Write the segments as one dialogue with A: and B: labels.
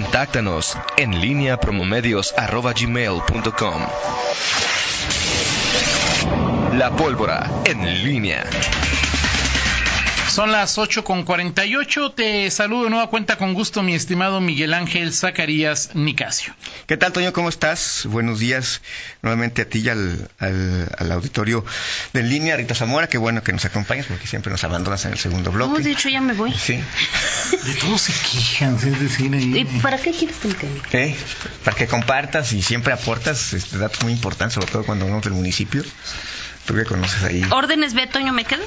A: Contáctanos en línea promomedios.com. La pólvora en línea.
B: Son las 8 con 48. Te saludo de nueva cuenta con gusto, mi estimado Miguel Ángel Zacarías Nicasio.
C: ¿Qué tal, Toño? ¿Cómo estás? Buenos días nuevamente a ti y al, al, al auditorio de en línea, Rita Zamora. Qué bueno que nos acompañas porque siempre nos abandonas en el segundo bloque.
D: No, de hecho ya me voy.
C: Sí.
B: De todos se quejan, es decir,
D: ¿Y
B: ahí.
D: para qué quieres que me cambie?
C: ¿Eh? Para que compartas y siempre aportas este, datos muy importantes, sobre todo cuando hablamos del municipio. Tú que conoces ahí.
D: ¿Órdenes B, Toño, me quedo?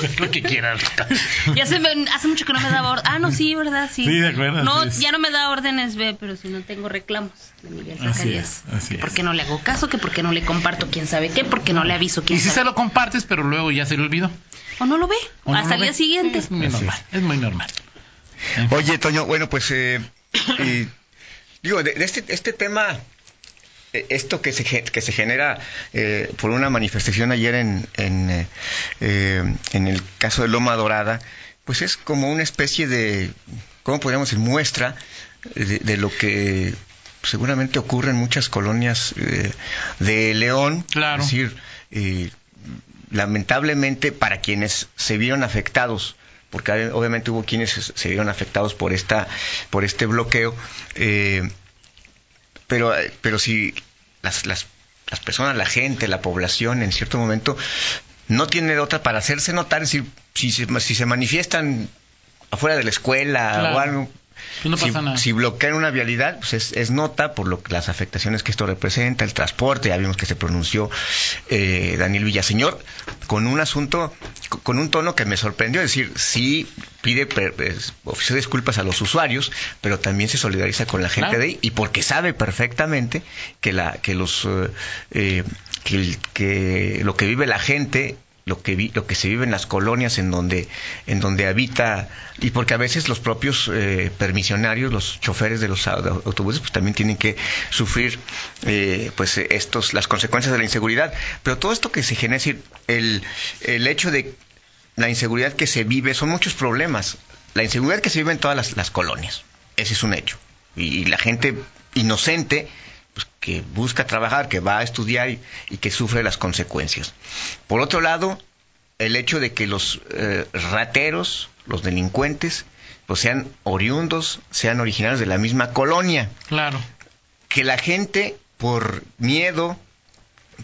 B: pues, Lo que quiera, Rita.
D: ya se me- hace mucho que no me daba órdenes. Ah, no, sí, ¿verdad? Sí.
E: Sí, de acuerdo,
D: No,
E: así es.
D: ya no me da órdenes B, pero si no tengo reclamos de Miguel
E: Así es,
D: Zacarías.
E: así
D: Que
E: es.
D: ¿Por qué no le hago caso? ¿Que por qué no le comparto quién sabe qué? ¿Por qué no le aviso quién
B: Y si
D: sabe
B: se lo compartes, pero luego ya se le olvidó.
D: ¿O no lo ve?
B: ¿O no
D: Hasta
B: lo
D: el
B: ve?
D: día siguiente.
B: Es muy
C: Así
B: normal, es muy normal.
C: Oye, Toño, bueno, pues eh, y- digo, de, de este, este tema, eh, esto que se, ge- que se genera eh, por una manifestación ayer en, en, eh, eh, en el caso de Loma Dorada, pues es como una especie de, ¿cómo podríamos decir? Muestra de, de lo que seguramente ocurre en muchas colonias eh, de León.
B: Claro.
C: Es decir, eh, lamentablemente para quienes se vieron afectados porque hay- obviamente hubo quienes se- se vieron afectados por esta por este bloqueo eh, pero eh, pero si las, las las personas la gente la población en cierto momento no tiene de otra para hacerse notar es decir si se, si se manifiestan afuera de la escuela
B: Claro.
C: o algo
B: Pues no
C: si,
B: pasa nada.
C: si bloquean una vialidad, pues es, es nota por lo que las afectaciones que esto representa, el transporte, ya vimos que se pronunció eh, Daniel Villaseñor, con un asunto, co- con un tono que me sorprendió, es decir, sí pide, per- es- ofreció disculpas a los usuarios, pero también se solidariza con la gente
B: Claro.
C: de ahí, y porque sabe perfectamente que la, que los eh, eh, que, el- que lo que vive la gente lo que vi- lo que se vive en las colonias en donde en donde habita y porque a veces los propios eh, permisionarios los choferes de los au- autobuses pues también tienen que sufrir eh, pues eh, estos las consecuencias de la inseguridad pero todo esto que se genera es decir el el hecho de la inseguridad que se vive son muchos problemas la inseguridad que se vive en todas las, las colonias ese es un hecho y, y la gente inocente pues, que busca trabajar, que va a estudiar y, y que sufre las consecuencias. Por otro lado, el hecho de que los eh, rateros, los delincuentes, pues sean oriundos, sean originarios de la misma colonia,
B: Claro.
C: que la gente por miedo,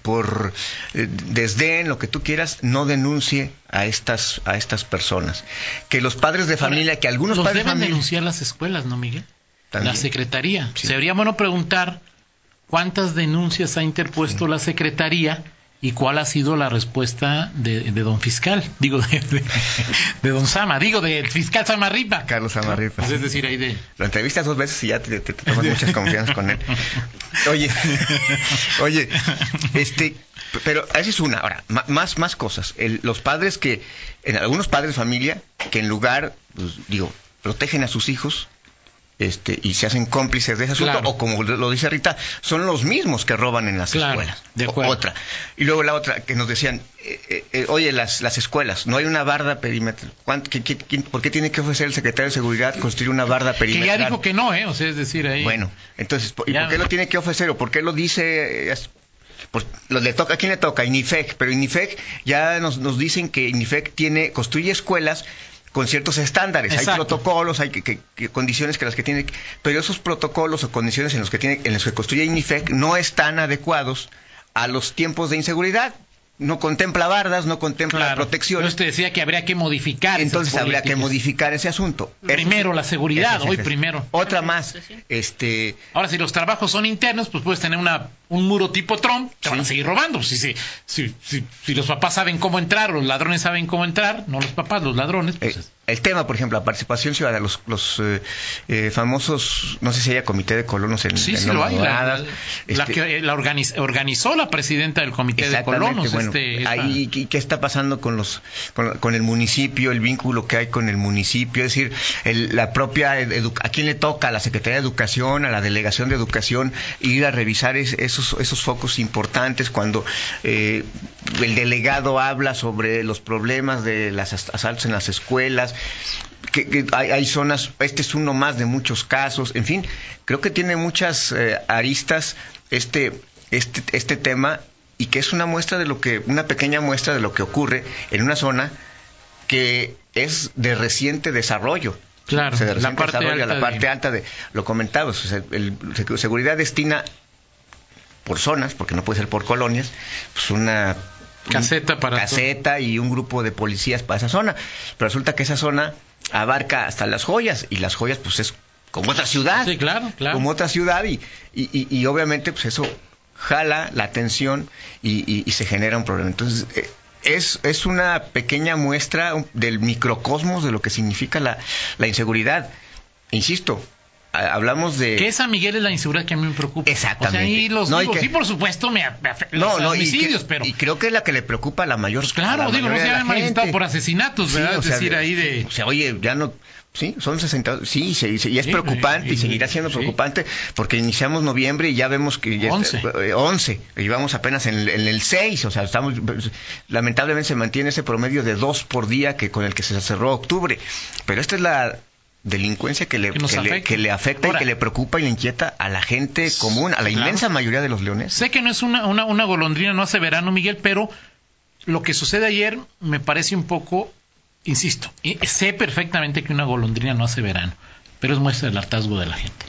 C: por eh, desdén, lo que tú quieras, no denuncie a estas a estas personas, que los padres de familia, que algunos
B: Los
C: padres de
B: deben
C: familia
B: denunciar las escuelas, ¿no, Miguel?
C: También.
B: La secretaría.
C: Sí.
B: Sería bueno preguntar cuántas denuncias ha interpuesto la secretaría y cuál ha sido la respuesta de, de don fiscal, digo, de, de- de don Sama, digo, del fiscal Samarripa.
C: Carlos Amarripa.
B: Pues es decir, ahí de...
C: Lo entrevistas dos veces y ya te, te- te tomas muchas confianzas con él. Oye, oye, este, pero esa es una. Ahora, ma- más, más cosas. El- los padres que, en algunos padres de familia, que en lugar, pues, digo, protegen a sus hijos este, y se hacen cómplices de ese asunto,
B: Claro.
C: o como lo dice Rita, son los mismos que roban en las
B: Claro,
C: escuelas.
B: de
C: O-
B: acuerdo.
C: Otra. Y luego la otra, que nos decían, eh, eh, eh, oye, las, las escuelas, no hay una barda perimetral. ¿Cuánto- qué- qué- quién- ¿Por qué tiene que ofrecer el secretario de Seguridad construir una
B: Que
C: barda
B: ya
C: perimetral?
B: dijo que no, ¿eh? O sea, es decir, ahí...
C: Bueno, entonces, ¿por- ¿y
B: Ya.
C: por qué lo tiene que ofrecer o por qué lo dice? eh, as- Pues, lo, le toca, ¿A quién le toca? INIFEC. Pero INIFEC ya nos, nos dicen que INIFEC tiene, construye escuelas con ciertos estándares. Hay
B: Exacto.
C: protocolos, hay que- que- que condiciones que las que tiene. que- Pero esos protocolos o condiciones en los que, tiene, en los que construye INIFEC no están adecuados a los tiempos de inseguridad. No contempla bardas, no contempla
B: claro.
C: protecciones.
B: Usted decía que habría que modificar. esas
C: Entonces habría que
B: políticas.
C: modificar ese asunto.
B: Primero la seguridad,
C: Ese es-
B: hoy
C: ese es.
B: primero.
C: Otra más, este,
B: Ahora, si los trabajos son internos, pues puedes tener una, un muro tipo Trump, te van a seguir robando. Si, si, si, si, si los papás saben cómo entrar, o los ladrones saben cómo entrar, no los papás, los ladrones,
C: Eh,
B: pues es-
C: el tema, por ejemplo, la participación ciudadana, los, los eh, eh, famosos, no sé si haya comité de colonos en,
B: sí,
C: en
B: sí
C: Lomas
B: lo hay. La,
C: Doradas,
B: la- la
C: este,
B: que eh, la organiz- organizó la presidenta del Comité de
C: exactamente,
B: Colonos.
C: bueno,
B: este, esta-
C: ahí, ¿qué- ¿qué está pasando con los con, con el municipio, el vínculo que hay con el municipio? Es decir, el- la propia, edu- ¿a quién le toca? ¿A la Secretaría de Educación, a la Delegación de Educación, ir a revisar es- esos, esos focos importantes cuando eh, el delegado habla sobre los problemas de los asaltos en las escuelas, críticas, que, que hay, hay zonas, este es uno más de muchos casos, en fin, creo que tiene muchas eh, aristas este, este, este tema y que es una muestra de lo que, una pequeña muestra de lo que ocurre en una zona que es de reciente desarrollo.
B: Claro,
C: O sea, de
B: la
C: reciente
B: parte
C: desarrollo,
B: alta
C: la
B: de-
C: parte alta de, lo comentabas, o sea, el- el- seguridad destina por zonas, porque no puede ser por colonias, pues una un-
B: Caseta para
C: caseta y un grupo de policías para esa zona. Pero resulta que esa zona abarca hasta las joyas y las joyas pues es como otra ciudad,
B: Sí, claro, claro.
C: como otra ciudad y, y, y- y obviamente pues eso jala la atención y, y- y se genera un problema. Entonces eh, es, es una pequeña muestra del microcosmos de lo que significa la, la inseguridad. Insisto, a- hablamos de...
B: Que esa Miguel es la inseguridad que a mí me preocupa.
C: Exactamente.
B: O sea, ahí los
C: No,
B: digo,
C: y que-
B: sí, por supuesto, me, af- me af- los
C: no, y que-
B: homicidios, pero... Pues
C: Y creo que es la que le preocupa a la mayor a
B: claro,
C: la
B: digo, no
C: mayoría
B: se
C: de la
B: habían manifestado
C: gente.
B: por asesinatos,
C: Sí,
B: ¿verdad?
C: o
B: es
C: sea,
B: decir, ahí de...
C: O sea, oye, ya no. Sí, son 60. Sí, se- se- y es
B: Sí,
C: preocupante
B: y-
C: y,
B: y-
C: seguirá siendo
B: sí.
C: preocupante porque iniciamos noviembre y ya vemos que. Ya
B: Once.
C: está- eh, once, y vamos apenas en, el- en el 6. O sea, estamos. Lamentablemente se mantiene ese promedio de dos por día que con el que se cerró octubre. Pero esta es la delincuencia que le,
B: Que nos
C: que le-
B: afecta.
C: que le afecta
B: Ahora-
C: y que le preocupa y le inquieta a la gente común, a la
B: Claro.
C: inmensa mayoría de los leones.
B: Sé que no es una, una, una golondrina, no hace verano, Miguel, pero lo que sucede ayer me parece un poco, insisto, y sé perfectamente que una golondrina no hace verano, pero es muestra del hartazgo de la gente.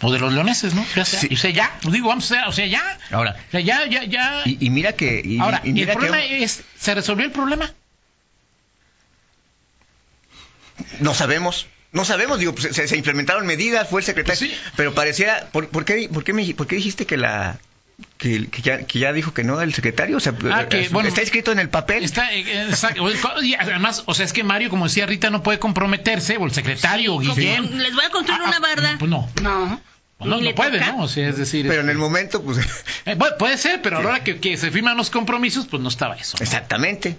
B: O de los leoneses, ¿no? Ya sea,
C: Sí.
B: O sea, ya, digo, vamos, o sea, o sea, ya.
C: Ahora.
B: O sea, ya, ya, ya.
C: Y, y mira que. y-
B: Ahora,
C: y
B: ¿y el
C: mira que-
B: problema es, ¿se resolvió el problema?
C: No sabemos. No sabemos, digo, pues, se, se implementaron medidas, fue el secretario.
B: Pues sí.
C: Pero pareciera. ¿por, por qué, por, qué me- por qué dijiste que la. Que, que ya, que ya dijo que no el secretario? O sea,
B: Ah, que,
C: es-
B: bueno,
C: está escrito en el papel.
B: Está, eh, eh, exacto. y además, o sea, es que Mario, como decía Rita, no puede comprometerse, o el secretario, o Guillén.
D: ¿Cómo? ¿Les voy a construir
B: Ah,
D: una
B: ah,
D: barda?
B: Pues no,
D: No.
B: no,
D: Ni
B: no
D: le
B: puede,
D: toca.
B: ¿no? O sea, es decir... este,
C: Pero en el momento, pues.
B: Eh, bueno, puede ser, pero a la hora que, que se firman los compromisos, pues no estaba eso. ¿no?
C: exactamente.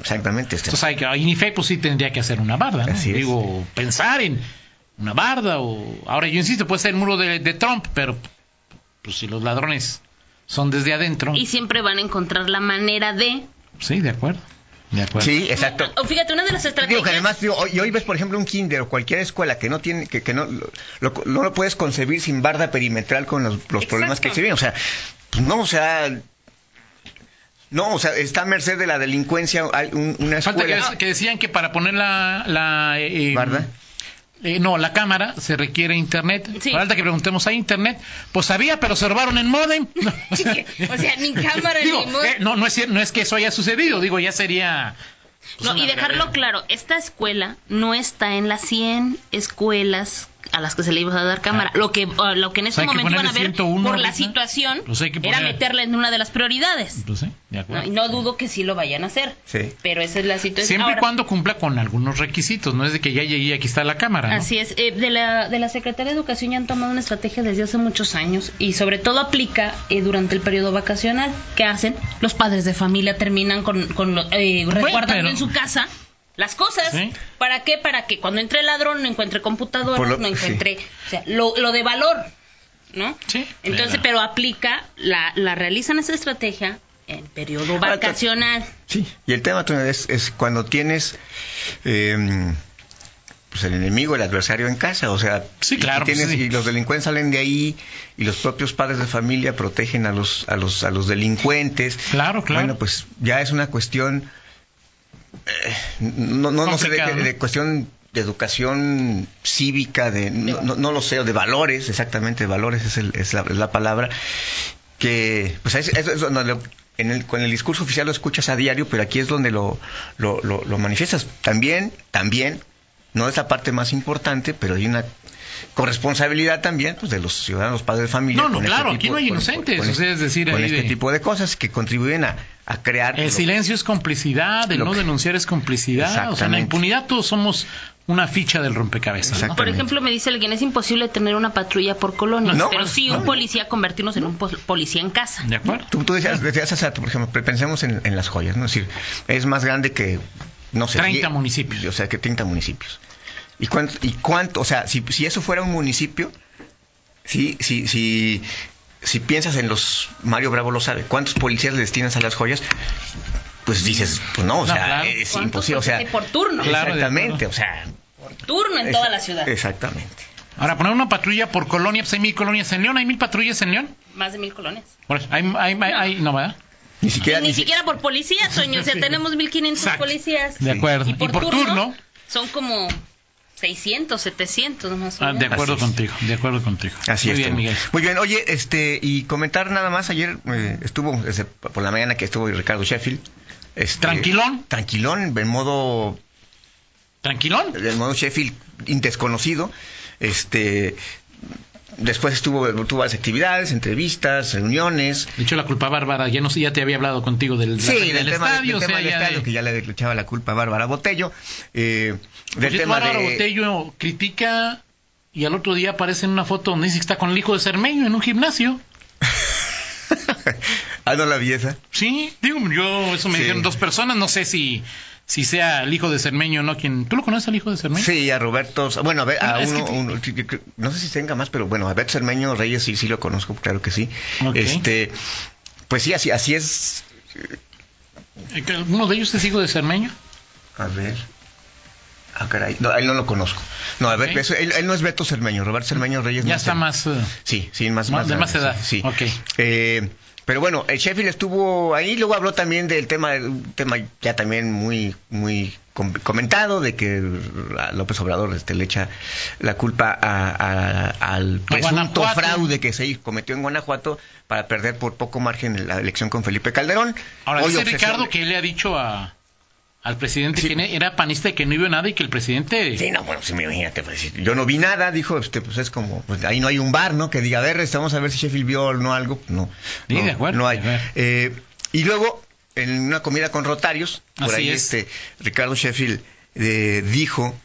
C: Exactamente. este-
B: Entonces hay que, INIFE pues sí tendría que hacer una barda, ¿no?
C: Así es.
B: Digo, pensar en una barda o... Ahora yo insisto, puede ser el muro de, de Trump, pero pues si los ladrones son desde adentro...
D: Y siempre van a encontrar la manera de...
B: Sí, de acuerdo. De acuerdo.
C: Sí, exacto.
D: O fíjate, una de las
C: Digo
D: estrategias...
C: que además, digo, hoy, y hoy ves, por ejemplo, un kinder o cualquier escuela que no tiene, que, que no, lo, lo- no lo puedes concebir sin barda perimetral con los, los problemas que
D: Exacto.
C: se vienen. O sea, pues no, o sea, no, o sea, está a merced de la delincuencia, hay un- una
B: Falta que,
C: escuela.
B: que decían que para poner la... la, eh, eh,
C: ¿Barda?
B: eh, no, la cámara se requiere internet.
D: Sí.
B: Falta que preguntemos, ¿hay internet? Pues había, pero se robaron en modem.
D: o sea, ni cámara,
B: Digo,
D: ni... mod-
B: eh, no, no es, cier- no es que eso haya sucedido, digo, ya sería... pues,
D: No,
B: una
D: y dejarlo claro, esta escuela no está en las 100 escuelas a las que se le iba a dar cámara.
B: Ah.
D: Lo que ah, lo que en
B: O sea,
D: ese
B: hay que
D: momento
B: ponerle
D: iban a ver
B: 101
D: por la
B: ahorita.
D: situación
B: Pues hay que
D: era
B: poner-
D: meterla en una de las prioridades.
B: Pues sí, de acuerdo.
D: No, y no dudo que sí lo vayan a hacer.
C: Sí.
D: Pero esa es la situación.
B: Siempre
D: Ahora,
B: y cuando cumpla con algunos requisitos, no es de que ya llegué y aquí está la cámara. ¿no?
D: Así es. eh, de, la, de la Secretaría de Educación ya han tomado una estrategia desde hace muchos años y sobre todo aplica eh, durante el periodo vacacional. ¿Qué hacen? Los padres de familia terminan con, con lo- eh,
B: Bueno,
D: resguardando
B: pero-
D: en su casa las cosas.
B: Sí.
D: ¿Para qué? Para que cuando entre el ladrón no encuentre computadoras,
C: Por lo-
D: no
C: sí.
D: encuentre o sea, lo, lo de valor. ¿No?
B: Sí.
D: Entonces,
B: Claro.
D: pero aplica, la, la realizan esa estrategia en periodo
C: Ahora,
D: vacacional.
C: Sí, y el tema Toño, es, es cuando tienes eh, pues el enemigo, el adversario en casa, o sea,
B: Sí,
C: y
B: claro,
C: tienes-
B: pues, sí.
C: y los delincuentes salen de ahí y los propios padres de familia protegen a los a los a los delincuentes.
B: Claro, claro.
C: Bueno, pues ya es una cuestión eh, no no, no sé de,
B: Complicado, ¿no?
C: de cuestión de educación cívica, de no, no- no lo sé, o de valores, exactamente, de valores es, el- es la- es la palabra que pues es, es- es donde lo- en el, con el discurso oficial lo escuchas a diario, pero aquí es donde lo, lo, lo- lo manifiestas. También, también, no es la parte más importante, pero hay una corresponsabilidad también pues, de los ciudadanos, padres de familia.
B: No, no,
C: con
B: claro, aquí no hay inocentes, o sea, es decir,
C: con
B: ahí
C: este
B: de-
C: tipo de cosas que contribuyen a, a crear...
B: El
C: lo-
B: silencio es complicidad, el
C: Lo
B: no
C: que-
B: denunciar es complicidad. O sea, en la
C: Exactamente.
B: impunidad todos somos una ficha del rompecabezas. ¿no?
C: Exacto.
D: Por ejemplo, me dice alguien, es imposible tener una patrulla por colonia,
C: No,
D: pero
C: pues,
D: sí
C: no.
D: un policía convertirnos en un pol- policía en casa.
B: ¿De acuerdo?
C: Tú, tú decías, decías hace rato, por ejemplo, pensemos en, en las joyas, ¿no? Es decir, es más grande que, no sé...
B: 30
C: die-
B: municipios.
C: O sea, que 30 municipios. ¿Y cuánto? Y cuánto o sea, si, si eso fuera un municipio, si, si, si, si piensas en los... Mario Bravo lo sabe, ¿cuántos policías le destinas a las joyas? pues dices, pues no, o
B: No,
C: sea,
B: claro.
C: es
D: ¿Cuántos?
C: imposible, o sea,
D: Porque por turno.
B: Claro, de
C: exactamente,
B: acuerdo.
C: o sea,
D: Por turno en toda la ciudad.
C: Exactamente.
B: Ahora, poner una patrulla por colonia, pues hay mil colonias en León, hay mil patrullas en León.
D: Más de mil colonias.
B: Por eso, Hay, hay, hay- hay- no, ¿verdad?
C: Ni
D: Y
C: siquiera,
D: ni
C: ni si-
D: siquiera por policía, Toño. O sea,
B: Sí.
D: tenemos 1500
B: Exacto.
D: policías.
B: De acuerdo.
D: Y por, turno,
B: turno
D: son como 600, 700 más o
B: Ah,
D: menos.
B: de acuerdo
C: Así es.
B: contigo, de acuerdo contigo.
C: Así
B: Muy
C: es.
B: bien,
C: Toño.
B: Miguel.
C: Muy bien, oye, este, y comentar nada más, ayer eh, estuvo, desde por la mañana que estuvo Ricardo Sheffield. este,
B: Tranquilón.
C: Tranquilón, en modo,
B: ¿Tranquilón?
C: en modo Sheffield in- desconocido. Este, después estuvo, tuvo varias actividades, entrevistas, reuniones.
B: De hecho, la culpa Bárbara, ya no sé, ya te había hablado contigo del,
C: Sí, del, tema,
B: estadio.
C: del
B: o sea,
C: tema del
B: ya de-
C: estadio, que ya le echaba la culpa a Bárbara Botello. eh, del
B: Oye,
C: tema
B: Pues Bárbara
C: de...
B: Botello critica y al otro día aparece en una foto donde dice que está con el hijo de Cermeño en un gimnasio.
C: Ah, no la belleza.
B: Sí, digo, yo, eso me
C: Sí.
B: dijeron dos personas, no sé si, si sea el hijo de Cermeño o no quien... ¿Tú lo conoces al hijo de Cermeño?
C: Sí, a Roberto, bueno, a ver, a
B: Ah, es
C: uno,
B: que-
C: uno- no sé si tenga más, pero bueno, a Beto Cermeño Reyes sí, sí lo conozco, claro que sí.
B: Ok.
C: Este, pues sí, así, así es.
B: Eh, que ¿Uno de ellos es hijo de Cermeño?
C: A ver. Ah, caray. No, a él no lo conozco. No, a ver,
B: Ok.
C: eso- él, él no es Beto Cermeño, Roberto Cermeño Reyes.
B: ya
C: no es
B: está
C: él.
B: más... eh,
C: Sí, sí, más,
B: Más- de
C: grande,
B: más edad.
C: Sí. sí.
B: Ok.
C: Eh, pero bueno, el Sheffield estuvo ahí, luego habló también del tema, un tema ya también muy, muy com- comentado, de que López Obrador este, le echa la culpa a- a- al presunto
B: Guanajuato.
C: fraude que se cometió en Guanajuato para perder por poco margen la elección con Felipe Calderón.
B: Ahora,
C: Hoy
B: dice
C: obsesión-
B: Ricardo que él le ha dicho a, al presidente
C: Sí.
B: que ne- era panista y que no iba nada y que el presidente...
C: Sí, no, bueno, sí, me imagínate, pues, sí, yo no vi nada, dijo, este, pues es como, pues, ahí no hay un bar, ¿no? Que diga, a ver, este, vamos a ver si Sheffield vio o no algo, no.
B: Sí,
C: no,
B: de acuerdo,
C: No hay.
B: de acuerdo.
C: Eh, y luego, en una comida con Rotarios, por
B: Así
C: ahí
B: es.
C: este, Ricardo Sheffield eh, dijo,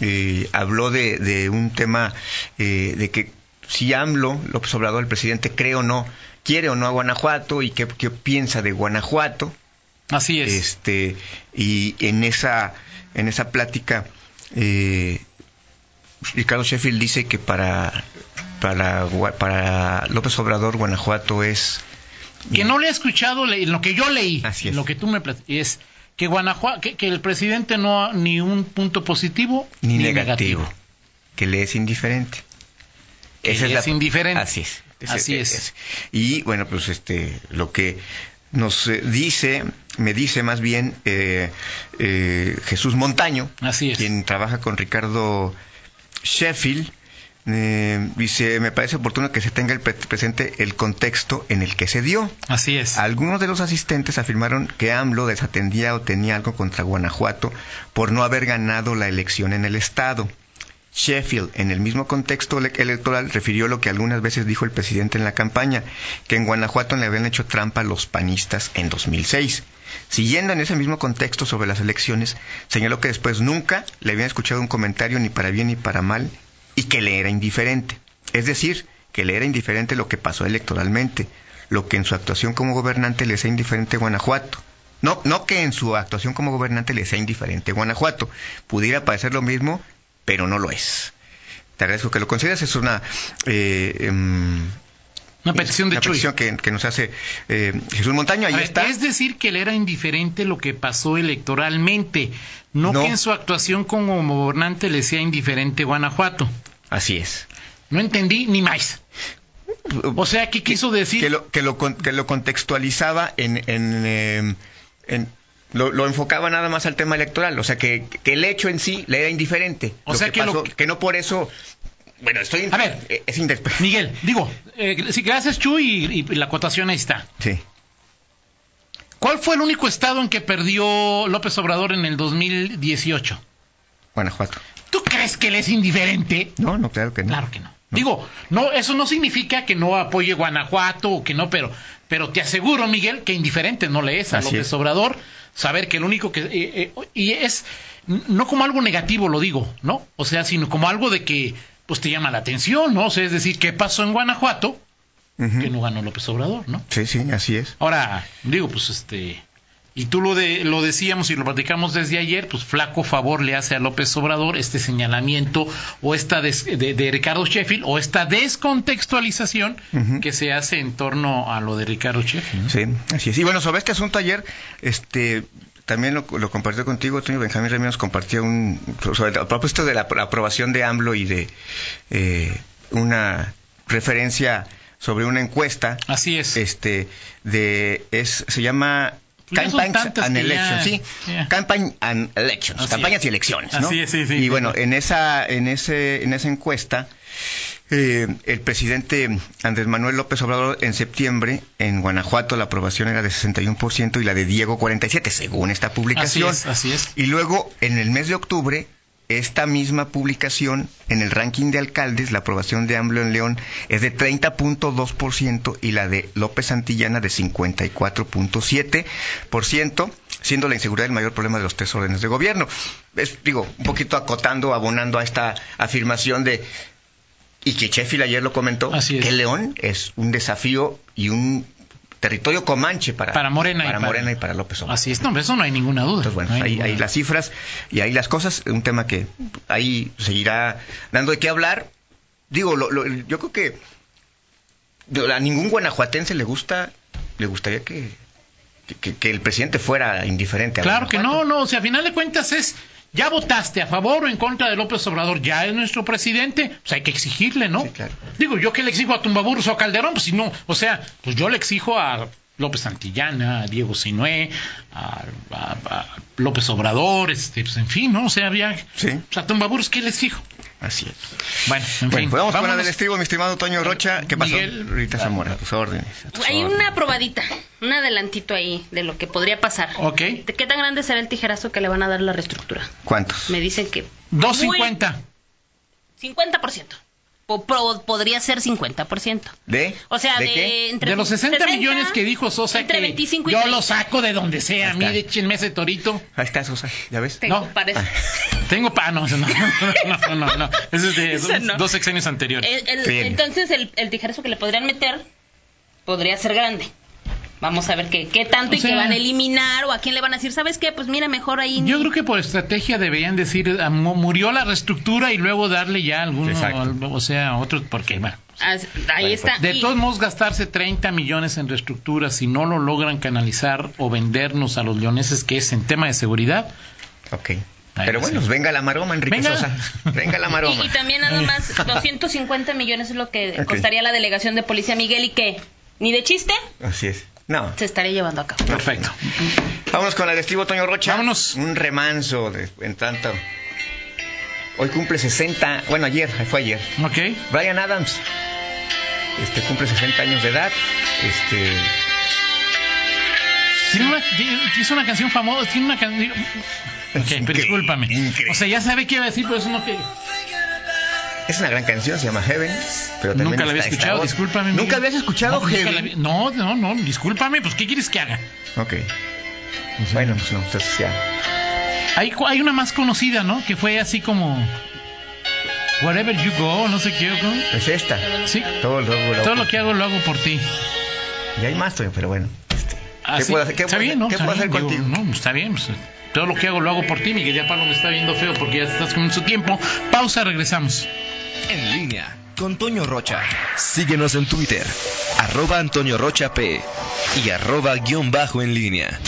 C: eh, habló de, de un tema eh, de que si AMLO, López Obrador, el presidente, cree o no, quiere o no a Guanajuato y qué, qué piensa de Guanajuato,
B: Así es.
C: este y en esa en esa plática eh, Ricardo Sheffield dice que para para Gua- para López Obrador Guanajuato es
B: que no le he escuchado le- lo que yo leí,
C: Así es.
B: lo que tú me plat- es que Guanajuato, que, que el presidente no ha ni un punto positivo
C: ni, negativo, que le es indiferente
B: Que
C: Esa
B: le es indiferente.
C: así es Ese-
B: Así es.
C: y bueno pues este lo que nos eh, dice me dice más bien eh, eh, Jesús Montaño
B: Así es.
C: quien trabaja con Ricardo Sheffield, eh, dice, me parece oportuno que se tenga el pre- presente el contexto en el que se dio.
B: Así es.
C: Algunos de los asistentes afirmaron que AMLO desatendía o tenía algo contra Guanajuato por no haber ganado la elección en el estado. Sheffield, en el mismo contexto ele- electoral, refirió lo que algunas veces dijo el presidente en la campaña, que en Guanajuato le habían hecho trampa a los panistas en 2006. Siguiendo en ese mismo contexto sobre las elecciones, señaló que después nunca le habían escuchado un comentario ni para bien ni para mal y que le era indiferente. Es decir, que le era indiferente lo que pasó electoralmente, lo que en su actuación como gobernante le sea indiferente a Guanajuato. No, no que en su actuación como gobernante le sea indiferente a Guanajuato. Pudiera parecer lo mismo, pero no lo es. Te agradezco que lo consideres. Es una, eh, em,
B: Una petición de
C: una
B: Chuy.
C: petición que, que nos hace eh, Jesús Montaño. Ahí
B: A ver,
C: está.
B: Es decir, que le era indiferente lo que pasó electoralmente, no,
C: No.
B: que en su actuación como gobernante le sea indiferente Guanajuato.
C: Así es.
B: No entendí ni más. O sea, ¿qué quiso decir?
C: que lo, que lo, con- que lo contextualizaba en... en, eh, en- lo, lo enfocaba nada más al tema electoral, o sea que, que el hecho en sí le era indiferente.
B: O sea que lo
C: pasó-
B: que-
C: que no por eso, bueno, estoy
B: A ver.
C: eh, es indespe-
B: Miguel, digo, eh, gr- sí, gracias Chuy y- y la acotación ahí está.
C: Sí.
B: ¿Cuál fue el único estado en que perdió López Obrador en el 2018?
C: Guanajuato.
B: ¿Tú crees que él es indiferente?
C: No, no, claro que no.
B: Claro que no. Digo, no, eso no significa que no apoye Guanajuato o que no, pero, pero te aseguro, Miguel, que indiferente no le es a
C: Así
B: López
C: es.
B: Obrador saber que el único que eh, eh, y es n- no como algo negativo lo digo, ¿no? O sea, sino como algo de que pues te llama la atención, ¿no? O sea, es decir, ¿qué pasó en Guanajuato
C: Ujú.
B: que no ganó López Obrador, ¿no?
C: Sí, sí, así es.
B: Ahora, digo, pues este Y tú lo, de, lo decíamos y lo platicamos desde ayer, pues flaco favor le hace a López Obrador este señalamiento o esta des- de, de Ricardo Sheffield o esta descontextualización
C: Ujú.
B: que se hace en torno a lo de Ricardo Sheffield. ¿no?
C: Sí, así es. Y bueno, sobre este asunto ayer, este, también lo, lo compartió contigo, Antonio Benjamín Ramírez nos compartió un, sobre, a propósito de la, apro- aprobación de AMLO y de eh, una referencia sobre una encuesta,
B: Así es.
C: este, de, es, se llama
B: Pues ya son
C: Campaigns
B: tantas
C: and
B: que ya-
C: Elections, sí,
B: ya.
C: Campaign and Elections,
B: Así
C: campañas
B: es.
C: y elecciones, ¿no?
B: Así es, sí, sí.
C: Y bueno, en esa, en ese, en esa encuesta, eh, el presidente Andrés Manuel López Obrador en septiembre en Guanajuato la aprobación era de 61% y la de Diego 47 según esta
B: Así
C: publicación.
B: es, así es.
C: Y luego en el mes de octubre esta misma publicación en el ranking de alcaldes, la aprobación de AMLO en León es de 30.2% y la de López Santillana de 54.7%, siendo la inseguridad el mayor problema de los tres órdenes de gobierno. Es, digo, un poquito acotando, abonando a esta afirmación de y que Sheffield ayer lo comentó,
B: Así es.
C: que León es un desafío y un territorio comanche para,
B: Para Morena y
C: para
B: para-
C: Morena y para López Obrador.
B: Así es, no, hombre, eso no hay ninguna duda.
C: Entonces, Pues bueno,
B: No hay
C: ahí,
B: ninguna
C: ahí
B: duda.
C: las cifras y ahí las cosas, un tema que ahí seguirá dando de qué hablar. Digo, lo- lo- yo creo que yo- a ningún guanajuatense le gusta, le gustaría que, que- que el presidente fuera indiferente. a
B: Claro que no,
C: Guanajuato.
B: no, o sea, a final de cuentas es, ya votaste a favor o en contra de López Obrador, ya es nuestro presidente, pues hay que exigirle, ¿no?
C: Sí, claro.
B: Digo, ¿yo qué le exijo a Tumbaburros o a Calderón? Pues si no, o sea, pues yo le exijo a López Santillana, a Diego Sinué, a, a- a López Obrador, este, pues en fin, ¿no? O sea, había...
C: Sí.
B: Pues a Tumbaburros, ¿qué le exijo?
C: Así es.
B: Bueno, en
C: Bueno,
B: fin.
C: pues vamos con la
B: vámonos. Eh,
C: del estribo, mi estimado Toño Rocha. ¿Qué pasó?
B: Miguel-
C: Rita Zamora, a tus órdenes. a tus
D: Hay
C: órdenes.
D: una probadita, un adelantito ahí de lo que podría pasar.
B: Ok,
D: ¿De qué tan grande será el tijerazo que le van a dar la reestructura?
C: ¿Cuántos?
D: Me dicen que
B: 250.
D: 50%. O pro- podría ser 50%.
C: ¿De?
D: O sea, de,
C: qué?
D: entre
B: de los 60 millones que dijo Sosa,
D: entre
B: que
D: 25 y
B: yo
D: 30.
B: lo saco de donde sea,
C: Ahí está.
B: mire, échenme ese torito.
C: Ahí está, Sosa, ¿ya ves?
D: Te
B: No.
D: compares.
B: Tengo pa... No, no, no, no, no, no. Eso es de
D: Esa no.
B: dos sexenios anteriores.
D: El- el-
C: Sí.
D: entonces, el, el tijerazo que le podrían meter podría ser grande. Vamos a ver qué, qué tanto
B: O
D: y
B: sea-
D: qué van a eliminar o a quién le van a decir, ¿sabes qué? Pues mira, mejor ahí.
B: Yo creo que por estrategia deberían decir, ah, mu- murió la reestructura y luego darle ya alguno,
C: Exacto.
B: al- o sea, otro, porque bueno.
D: Ah, ahí está.
B: pues, De
D: Y-
B: todos modos, gastarse 30 millones en reestructura si no lo logran canalizar o vendernos a los leoneses, que es en tema de seguridad.
C: Ok.
B: Ahí
C: Pero
B: está.
C: bueno, venga la maroma, Enrique
B: Venga.
C: Sosa. Venga la maroma.
D: Y, y también nada más 250 millones es lo que
C: Ok.
D: costaría la delegación de policía Miguel y que ni de chiste
C: Así es. No.
D: se estaría llevando a cabo.
B: Perfecto.
C: Vámonos con la de Estivo Toño Rocha.
B: Vámonos.
C: Un remanso de- en tanto. Hoy cumple 60, bueno, ayer, fue ayer.
B: Ok.
C: Brian Adams. Este cumple 60 años de edad. Este,
B: Tiene una, tiene- hizo una canción famosa, tiene una canción... Ok,
C: Increíble,
B: pero discúlpame.
C: increíble.
B: O sea, ya sabe qué iba a decir, pero eso no que...
C: es una gran canción, se llama Heaven, pero también
B: Nunca la había
C: está- está
B: escuchado,
C: otra.
B: discúlpame.
C: Nunca
B: Miguel.
C: habías escuchado
B: no, pues, nunca la
C: Heaven.
B: vi- No, no, no, discúlpame, pues ¿qué quieres que haga?
C: Ok. Bueno, pues no, entonces ya.
B: Hay, cu- hay una más conocida, ¿no? Que fue así como... Wherever you go, no sé qué. ¿no?
C: Es esta.
B: Sí.
C: Todo lo, lo-
B: Todo lo que hago lo hago por ti.
C: Y hay más, Toño, pero bueno. este,
B: Así-
C: puedo hacer? ¿Qué
B: está
C: puedo-
B: bien, ¿no?
C: qué
B: Está
C: puedo
B: bien,
C: hacer
B: digo,
C: contigo?
B: no, está bien. pues, todo lo que hago lo hago por ti, Miguel. Ya Pablo me está viendo feo porque ya estás con su tiempo. Pausa, regresamos.
A: En línea con Toño Rocha. Síguenos en Twitter, arroba Antonio Rocha P y arroba guión bajo en línea.